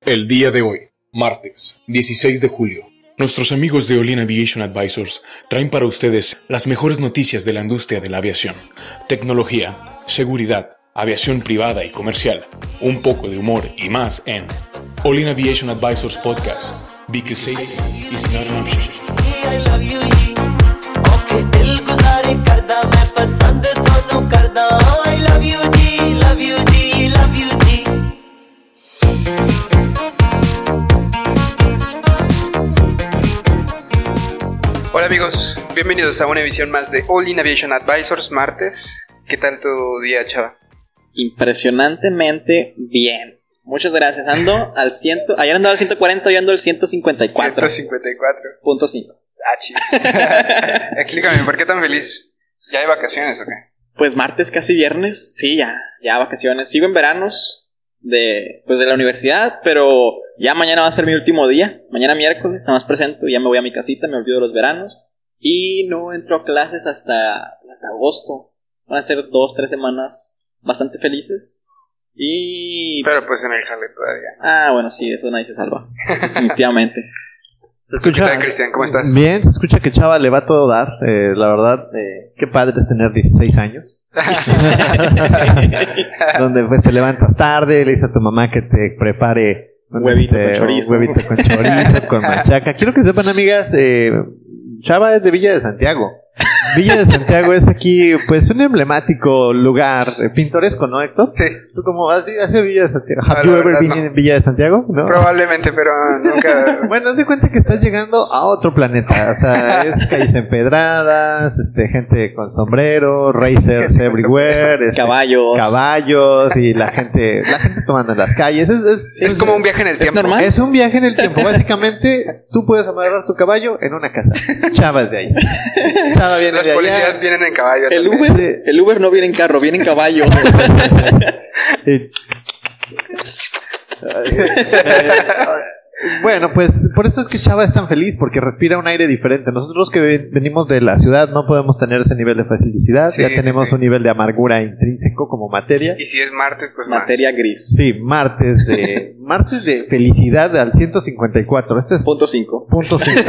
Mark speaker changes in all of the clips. Speaker 1: El día de hoy, martes 16 de julio. Nuestros amigos de Olin Aviation Advisors traen para ustedes las mejores noticias de la industria de la aviación, tecnología, seguridad, aviación privada y comercial, un poco de humor y más en Olin Aviation Advisors Podcast. Because safety is not an option.
Speaker 2: I love you ਜੀ ਓਕੇ ਦਿਲ ਗੁਜ਼ਾਰੇ ਕਰਦਾ ਮੈਂ ਪਸੰਦ ਤੁਹਾਨੂੰ ਕਰਦਾ Oh, I love you ਜੀ love you ਜੀ love you ਜੀ
Speaker 3: Hola amigos, bienvenidos a una edición más de All in Aviation Advisors, martes. ¿Qué tal tu día, chava?
Speaker 4: impresionantemente bien. Muchas gracias. Ando al 100. Ayer andaba al 140, hoy ando al 154.5.
Speaker 3: 154. Ah, chis. Explícame, ¿por qué tan feliz? ¿Ya hay vacaciones o qué?
Speaker 4: Pues martes, casi viernes. Sí, ya, ya vacaciones. Sigo en veranos de, pues de la universidad, pero ya mañana va a ser mi último día. Mañana miércoles, nada más presento. Ya me voy a mi casita, me olvido de los veranos. Y no entro a clases hasta, pues, hasta agosto. Van a ser dos, tres semanas bastante felices. Y
Speaker 3: Pero pues en el jale todavía.
Speaker 4: Ah, bueno, sí, eso nadie se salva. Definitivamente.
Speaker 5: Se escucha-
Speaker 3: ¿Qué tal, Cristian? ¿Cómo estás?
Speaker 5: Bien, se escucha que Chava le va a todo dar. eh, la verdad, eh, qué padre es tener 16 años. donde pues, te levantas tarde, le dices a tu mamá que te prepare un, este,
Speaker 4: Huevito con chorizo.
Speaker 5: un Huevito con chorizo, con machaca. Quiero que sepan, amigas, eh, Chava es de Villa de Santiago. Villa de Santiago es aquí, pues, un emblemático lugar eh, pintoresco, ¿no, Héctor?
Speaker 3: Sí,
Speaker 5: ¿Tú cómo has has ido a Villa de Santiago?
Speaker 3: No,
Speaker 5: ¿Have
Speaker 3: la
Speaker 5: you ever
Speaker 3: verdad,
Speaker 5: been
Speaker 3: no.
Speaker 5: in Villa de Santiago? ¿No?
Speaker 3: probablemente, pero nunca.
Speaker 5: Bueno, haz de cuenta que estás llegando a otro planeta. O sea, es calles empedradas, este, gente con sombrero, racers everywhere, este,
Speaker 4: Caballos.
Speaker 5: caballos y la gente, la gente tomando en las calles. Es, es-
Speaker 3: es como un viaje en el tiempo.
Speaker 4: normal.
Speaker 5: es un viaje en el tiempo. Básicamente, tú puedes amarrar tu caballo en una casa. Chavas de ahí. Chava viene
Speaker 3: Los
Speaker 5: de
Speaker 3: policías
Speaker 5: allá.
Speaker 3: vienen en caballo.
Speaker 4: El
Speaker 3: también.
Speaker 4: Uber, el Uber no viene en carro, viene en caballo.
Speaker 5: Y- Bueno, pues por eso es que Chava es tan feliz, porque respira un aire diferente. Nosotros que ven- venimos de la ciudad no podemos tener ese nivel de facilidad,
Speaker 3: Sí,
Speaker 5: ya
Speaker 3: sí,
Speaker 5: tenemos
Speaker 3: sí.
Speaker 5: un nivel de amargura intrínseco como materia.
Speaker 3: Y si es martes, pues más.
Speaker 4: Materia gris.
Speaker 5: Sí, martes de, martes de felicidad al 154. Este es
Speaker 4: Punto 5.
Speaker 5: punto 5.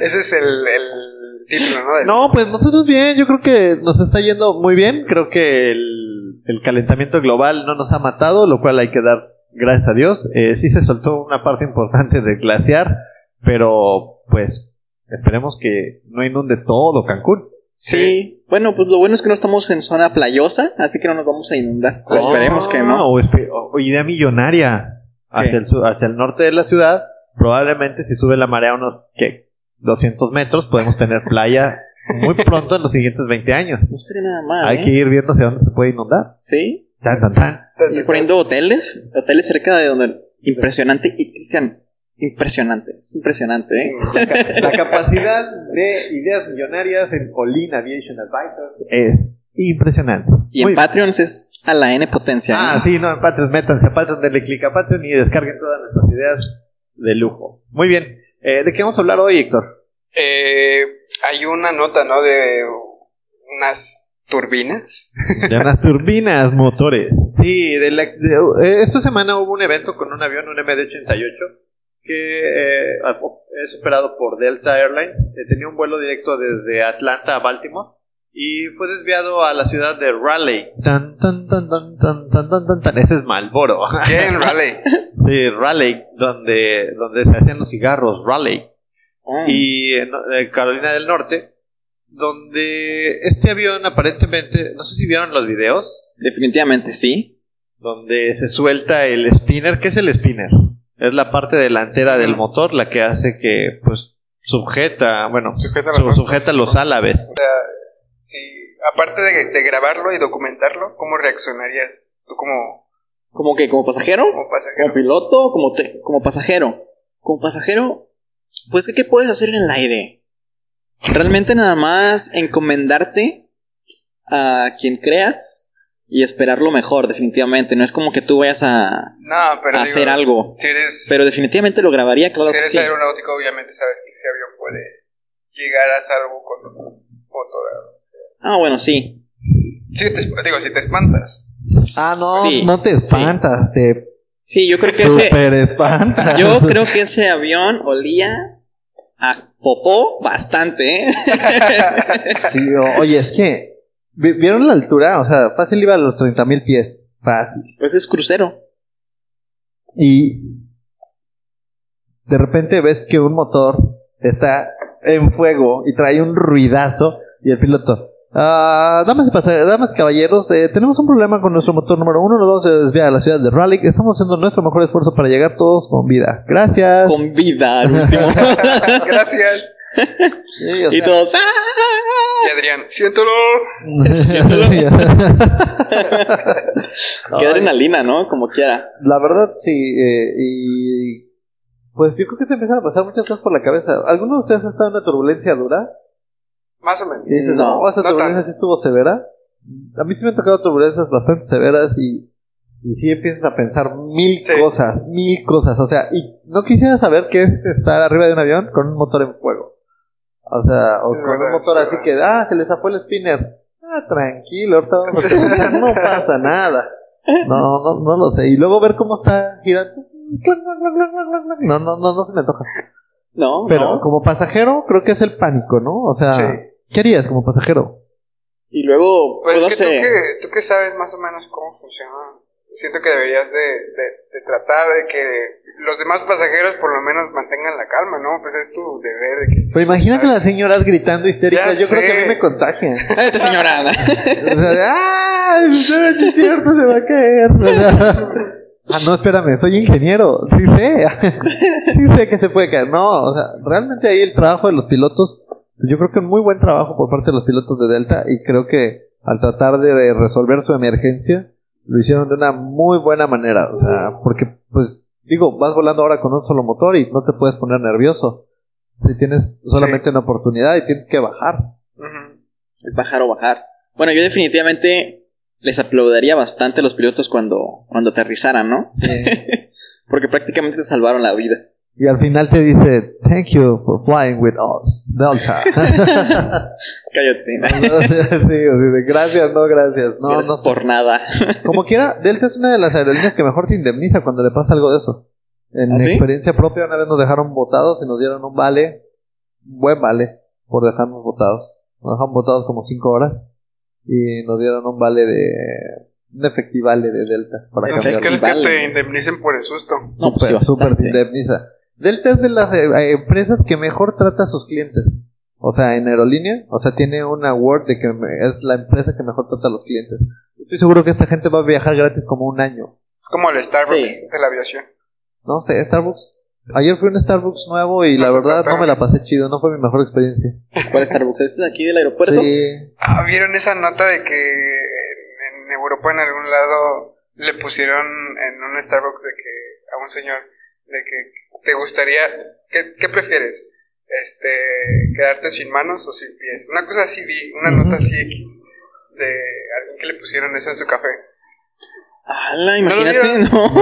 Speaker 3: Ese es el, el título, ¿no? Del-
Speaker 5: No, pues nosotros bien, yo creo que nos está yendo muy bien. Creo que el, el calentamiento global no nos ha matado, lo cual hay que dar gracias a Dios. Eh, sí se soltó una parte importante del glaciar, pero pues esperemos que no inunde todo Cancún.
Speaker 4: Sí. Bueno, pues lo bueno es que no estamos en zona playosa, así que no nos vamos a inundar. O Esperemos que
Speaker 5: Ah,
Speaker 4: no.
Speaker 5: O, espe- o- o idea millonaria
Speaker 4: ¿Qué?
Speaker 5: hacia el, su- hacia el norte de la ciudad. Probablemente si sube la marea unos ¿qué? 200 metros, podemos tener playa muy pronto en los siguientes 20 años.
Speaker 4: No estaría nada mal.
Speaker 5: Hay
Speaker 4: ¿eh?
Speaker 5: que ir viendo hacia dónde se puede inundar.
Speaker 4: Sí.
Speaker 5: Tan, tan, tan.
Speaker 4: Ir poniendo hoteles, hoteles cerca de donde. Impresionante. Y Cristian, impresionante. Es impresionante, ¿eh?
Speaker 5: Mm. La capacidad de ideas millonarias en Olin Aviation Advisors es impresionante.
Speaker 4: Y
Speaker 5: Muy
Speaker 4: en
Speaker 5: bien.
Speaker 4: Patreons es a la N potencia.
Speaker 5: Ah,
Speaker 4: ¿eh?
Speaker 5: sí, no, en Patreon, métanse a Patreon, denle click a Patreon y descarguen todas nuestras ideas de lujo. Muy bien. Eh, ¿De qué vamos a hablar hoy, Héctor?
Speaker 3: Eh, hay una nota, ¿no? De unas turbinas.
Speaker 5: De unas turbinas, motores. Sí, de la- de- eh, esta semana hubo un evento con un avión, un MD-88, que eh, es operado por Delta Airlines. Eh, tenía un vuelo directo desde Atlanta a Baltimore y fue desviado a la ciudad de Raleigh. Tan, tan, tan, tan, tan, tan, tan, tan, tan. Ese es Malboro.
Speaker 3: Bien, vale.
Speaker 5: sí, Raleigh, donde, donde se hacían los cigarros, Raleigh Mm.
Speaker 4: Ah.
Speaker 5: y en, eh, Carolina del Norte, donde este avión aparentemente, no sé si vieron los videos,
Speaker 4: Definitivamente sí.
Speaker 5: donde se suelta el spinner, ¿qué es el spinner? Es la parte delantera del motor la que hace que, pues, sujeta, bueno,
Speaker 3: Sujeta las
Speaker 5: su-
Speaker 3: manos.
Speaker 5: sujeta los álabes.
Speaker 3: Sí, aparte de, de grabarlo y documentarlo, ¿cómo reaccionarías tú como,
Speaker 4: ¿Como que como pasajero?
Speaker 3: como
Speaker 4: como
Speaker 3: pasajero?
Speaker 4: piloto, como, te- como pasajero. Como pasajero, pues ¿qué puedes hacer en el aire? Realmente nada más encomendarte a quien creas y esperar lo mejor, definitivamente. No es como que tú vayas a,
Speaker 3: No, pero digo,
Speaker 4: a hacer algo.
Speaker 3: Si eres,
Speaker 4: Pero definitivamente lo grabaría, claro
Speaker 3: si
Speaker 4: que
Speaker 3: eres
Speaker 4: sí.
Speaker 3: aeronáutico, obviamente sabes que ese avión puede llegar a salvo con foto.
Speaker 4: Ah, bueno, sí.
Speaker 3: Sí, te, esp- digo, si te espantas.
Speaker 5: Ah, no,
Speaker 4: Sí,
Speaker 5: no te
Speaker 4: sí.
Speaker 5: espantas, te,
Speaker 4: Sí, yo creo que ese,
Speaker 5: Super espanta.
Speaker 4: yo creo que ese avión olía a popó bastante, ¿eh?
Speaker 5: Sí, o- oye, es que. ¿vi- ¿Vieron la altura? O sea, fácil iba a los 30.000 mil pies. Fácil.
Speaker 4: Pues es crucero.
Speaker 5: Y. De repente ves que un motor está en fuego y trae un ruidazo. Y el piloto. Ah, damas y pasa- damas y caballeros, eh, tenemos un problema con nuestro motor número uno. Nos vamos a desviar a la ciudad de Raleigh. Estamos haciendo nuestro mejor esfuerzo para llegar todos con vida. Gracias.
Speaker 4: Con vida al último.
Speaker 3: Gracias.
Speaker 5: Sí, o
Speaker 4: y
Speaker 5: sea,
Speaker 4: todos, ¡ah!
Speaker 3: Y Adrián, siéntelo.
Speaker 4: Siéntelo.
Speaker 5: Sí, o sea.
Speaker 4: Qué
Speaker 5: Ay.
Speaker 4: adrenalina, ¿no? Como quiera.
Speaker 5: La verdad, sí. eh, y pues yo creo que te empiezan a pasar muchas cosas por la cabeza. ¿Alguno de ustedes ha estado en una turbulencia dura?
Speaker 3: Más o menos.
Speaker 5: Y dices, no,
Speaker 4: No,
Speaker 5: esa
Speaker 3: no
Speaker 5: turbulencia
Speaker 3: tanto.
Speaker 5: sí estuvo severa. A mí sí me han tocado turbulencias bastante severas y, y sí empiezas a pensar mil
Speaker 3: Sí.
Speaker 5: cosas, mil cosas. O sea, y no quisiera saber qué es estar arriba de un avión con un motor en fuego. O sea, o
Speaker 3: Es
Speaker 5: con un
Speaker 3: verdad,
Speaker 5: motor
Speaker 3: es
Speaker 5: así que, ah, se le zafó el spinner. Ah, tranquilo, ahorita vamos a terminar, no pasa nada. No, no, no lo sé. Y luego ver cómo está girando. No, no, no, no se me antoja.
Speaker 4: No,
Speaker 5: Pero
Speaker 4: no.
Speaker 5: como pasajero, creo que es el pánico, ¿no? O sea,
Speaker 3: Pues Sí.
Speaker 5: ¿qué harías como pasajero?
Speaker 4: Y luego,
Speaker 3: Pues
Speaker 4: pues, no
Speaker 3: que tú,
Speaker 4: sé.
Speaker 3: que, tú que sabes más o menos cómo funciona, siento que deberías de, de- de tratar de que los demás pasajeros por lo menos mantengan la calma, ¿no? Pues es tu deber de que...
Speaker 4: Pues,
Speaker 5: Pero imagínate las señoras gritando histéricas.
Speaker 3: Ya
Speaker 5: Yo creo que a mí
Speaker 3: sé.
Speaker 5: me contagian.
Speaker 4: Cállate, señora.
Speaker 5: O sea, de, ¡ah! No, sí es cierto, se va a caer. O sea, ah, no, espérame, soy ingeniero. Sí sé. Sí sé que se puede caer. No, o sea, realmente ahí el trabajo de los pilotos. Yo creo que un muy buen trabajo por parte de los pilotos de Delta. Y creo que al tratar de de resolver su emergencia, lo hicieron de una muy buena manera. O sea, porque, pues, digo, vas volando ahora con un solo motor y no te puedes poner nervioso. Si tienes solamente una oportunidad y tienes que bajar.
Speaker 3: Ujú.
Speaker 4: bajar o bajar. Bueno, yo definitivamente les aplaudiría bastante a los pilotos cuando, cuando aterrizaran, ¿no? Porque prácticamente te salvaron la vida.
Speaker 5: Y al final te dice, thank you for flying with us, Delta.
Speaker 4: Cállate.
Speaker 5: No, no, sí, sí, gracias, no, gracias. No, no.
Speaker 4: Gracias por nada.
Speaker 5: Como quiera, Delta es una de las aerolíneas que mejor te indemniza cuando le pasa algo de eso. En
Speaker 4: ¿Ah, sí?
Speaker 5: experiencia propia, una vez nos dejaron botados y nos dieron un vale, un buen vale, por dejarnos botados. Nos dejaron botados como cinco horas y nos dieron un vale de, un efectivale de Delta para
Speaker 3: Entonces, ¿quieres
Speaker 5: cambiarlo.
Speaker 3: que
Speaker 4: vale.
Speaker 3: te indemnicen por el susto?
Speaker 4: No, pues sí,
Speaker 5: Súper, súper
Speaker 4: bastante.
Speaker 5: te indemniza. Delta es de las eh, eh, empresas que mejor trata a sus clientes. O sea, en aerolínea, o sea, tiene un award de que me- es la empresa que mejor trata a los clientes. Estoy seguro que esta gente va a viajar gratis como un año.
Speaker 3: Es como el Starbucks
Speaker 4: Sí.
Speaker 3: de la aviación.
Speaker 5: No sé, Starbucks. Ayer fui a un Starbucks nuevo y la verdad no me la pasé chido, no fue mi mejor experiencia.
Speaker 4: ¿Cuál Starbucks? ¿Este de aquí del aeropuerto?
Speaker 5: Sí,
Speaker 3: Ah, ¿vieron esa nota de que en, en Europa en algún lado le pusieron en un Starbucks de que a un señor de que te gustaría ¿qué, qué prefieres? Este, quedarte sin manos o sin pies. Una cosa así vi, una
Speaker 5: Ujú.
Speaker 3: nota así X de alguien que le pusieron eso en su café.
Speaker 4: ¡Hala!
Speaker 3: ¿No lo
Speaker 4: Imagínate,
Speaker 3: vieron?
Speaker 4: no.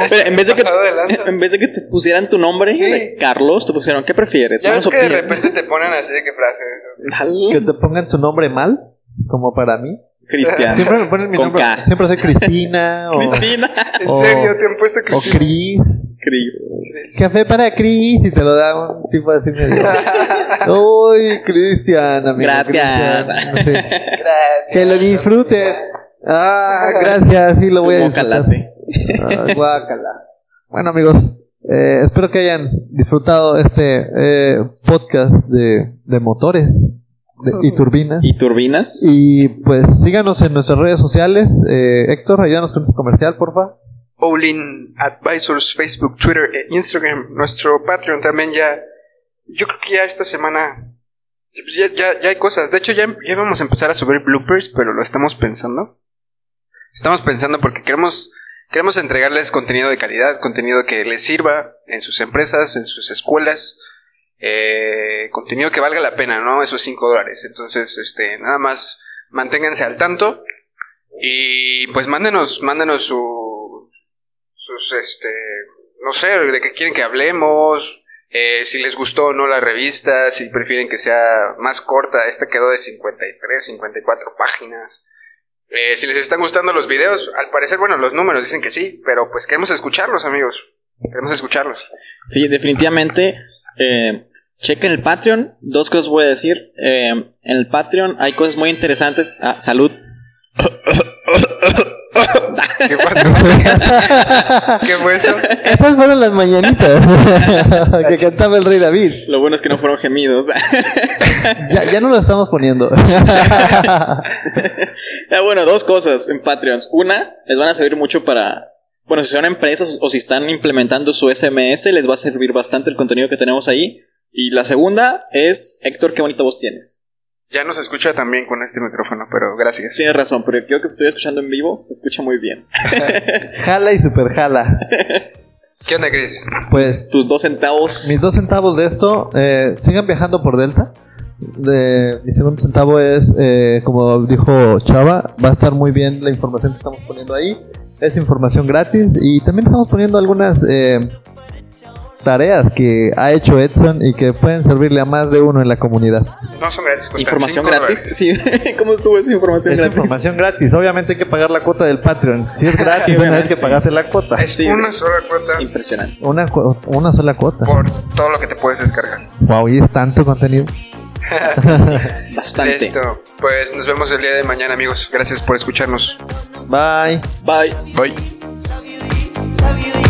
Speaker 5: no.
Speaker 4: Pero en vez de que
Speaker 3: Pasado de lanza.
Speaker 4: en vez de que te pusieran tu nombre,
Speaker 3: Sí.
Speaker 4: de Carlos, te pusieron ¿qué prefieres?
Speaker 3: Ya ves
Speaker 4: Manos o
Speaker 3: que de
Speaker 4: pies?
Speaker 3: repente te ponen así de que frase.
Speaker 4: Ala,
Speaker 5: Que te pongan tu nombre mal, como para mí.
Speaker 4: Cristian.
Speaker 5: Siempre me ponen mi
Speaker 4: Con
Speaker 5: nombre.
Speaker 4: K.
Speaker 5: Siempre soy Cristina o,
Speaker 4: Cristina.
Speaker 3: ¿En
Speaker 5: O-
Speaker 3: serio? ¿Te han puesto que
Speaker 5: o Cris.
Speaker 4: Cris.
Speaker 5: Café para Cris y te lo da un tipo así medio. Uy, Cristian, amigo.
Speaker 4: Gracias.
Speaker 5: Cristian, sí.
Speaker 3: Gracias.
Speaker 5: Que lo disfrutes. Ah, gracias, sí lo voy a
Speaker 4: Como
Speaker 5: disfrutar.
Speaker 4: calate.
Speaker 5: Ah, guácala. Bueno, amigos, eh, espero que hayan disfrutado este eh, podcast de, de motores de- y turbinas.
Speaker 4: ¿Y turbinas?
Speaker 5: Y pues síganos en nuestras redes sociales. Eh, Héctor, ayúdanos con este comercial, porfa.
Speaker 3: Olin Advisors, Facebook, Twitter e Instagram. Nuestro Patreon también ya. Yo creo que ya esta semana. pues Ya, ya- ya hay cosas. De hecho, ya, ya vamos a empezar a subir bloopers, pero lo estamos pensando. Estamos pensando porque queremos, queremos entregarles contenido de calidad, contenido que les sirva en sus empresas, en sus escuelas. eh, contenido que valga la pena, ¿no? Esos 5 dólares. Entonces, este, nada más manténganse al tanto. Y pues mándenos, mándenos su, sus este no sé de qué quieren que hablemos eh, si les gustó o no la revista si prefieren que sea más corta esta quedó de 53 54 páginas Eh, si les están gustando los videos, al parecer, bueno, los números dicen que sí, pero pues queremos escucharlos, amigos. Queremos escucharlos.
Speaker 4: Sí, definitivamente. Eh, chequen el Patreon. Dos cosas voy a decir. Eh, en el Patreon hay cosas muy interesantes. Ah, salud.
Speaker 3: ¿Qué pasó? ¿Qué fue eso?
Speaker 5: Estas fueron las mañanitas que cantaba el rey David.
Speaker 4: Lo bueno es que no fueron gemidos.
Speaker 5: Ya, ya no lo estamos poniendo.
Speaker 4: Ah, bueno, dos cosas en Patreons. Una, les van a servir mucho para. Bueno, si son empresas o si están implementando su SMS, les va a servir bastante el contenido que tenemos ahí. Y la segunda es, Héctor, qué bonita voz tienes.
Speaker 3: Ya nos escucha también con este micrófono, pero gracias.
Speaker 4: Tienes razón, pero yo que te estoy escuchando en vivo, se escucha muy bien.
Speaker 5: Jala y super jala.
Speaker 3: ¿Qué onda, Chris?
Speaker 5: Pues
Speaker 4: Tus dos centavos.
Speaker 5: mis dos centavos de esto, eh, sigan viajando por Delta. De- mi segundo centavo es, eh, como dijo Chava, va a estar muy bien la información que estamos poniendo ahí. Es información gratis y también estamos poniendo algunas eh, tareas que ha hecho Edson y que pueden servirle a más de uno en la comunidad.
Speaker 3: No son gratis. cuestan
Speaker 4: Información
Speaker 3: cinco
Speaker 4: gratis. Sí, ¿cómo estuvo esa información
Speaker 5: es
Speaker 4: gratis?
Speaker 5: información gratis, obviamente hay que pagar la cuota del Patreon. Si es
Speaker 4: Sí,
Speaker 5: gratis, una vez
Speaker 4: obviamente.
Speaker 5: que pagaste la cuota.
Speaker 3: dólares. Es
Speaker 4: Sí,
Speaker 3: una
Speaker 4: gratis.
Speaker 3: sola cuota
Speaker 4: Impresionante.
Speaker 5: Una, cu- una sola cuota.
Speaker 3: por todo lo que te puedes descargar.
Speaker 5: Wow, y es tanto contenido.
Speaker 4: Bastante.
Speaker 3: Listo. Pues nos vemos el día de mañana, amigos. Gracias por escucharnos.
Speaker 5: Bye.
Speaker 4: Bye.
Speaker 3: Bye.
Speaker 2: Love you, love you,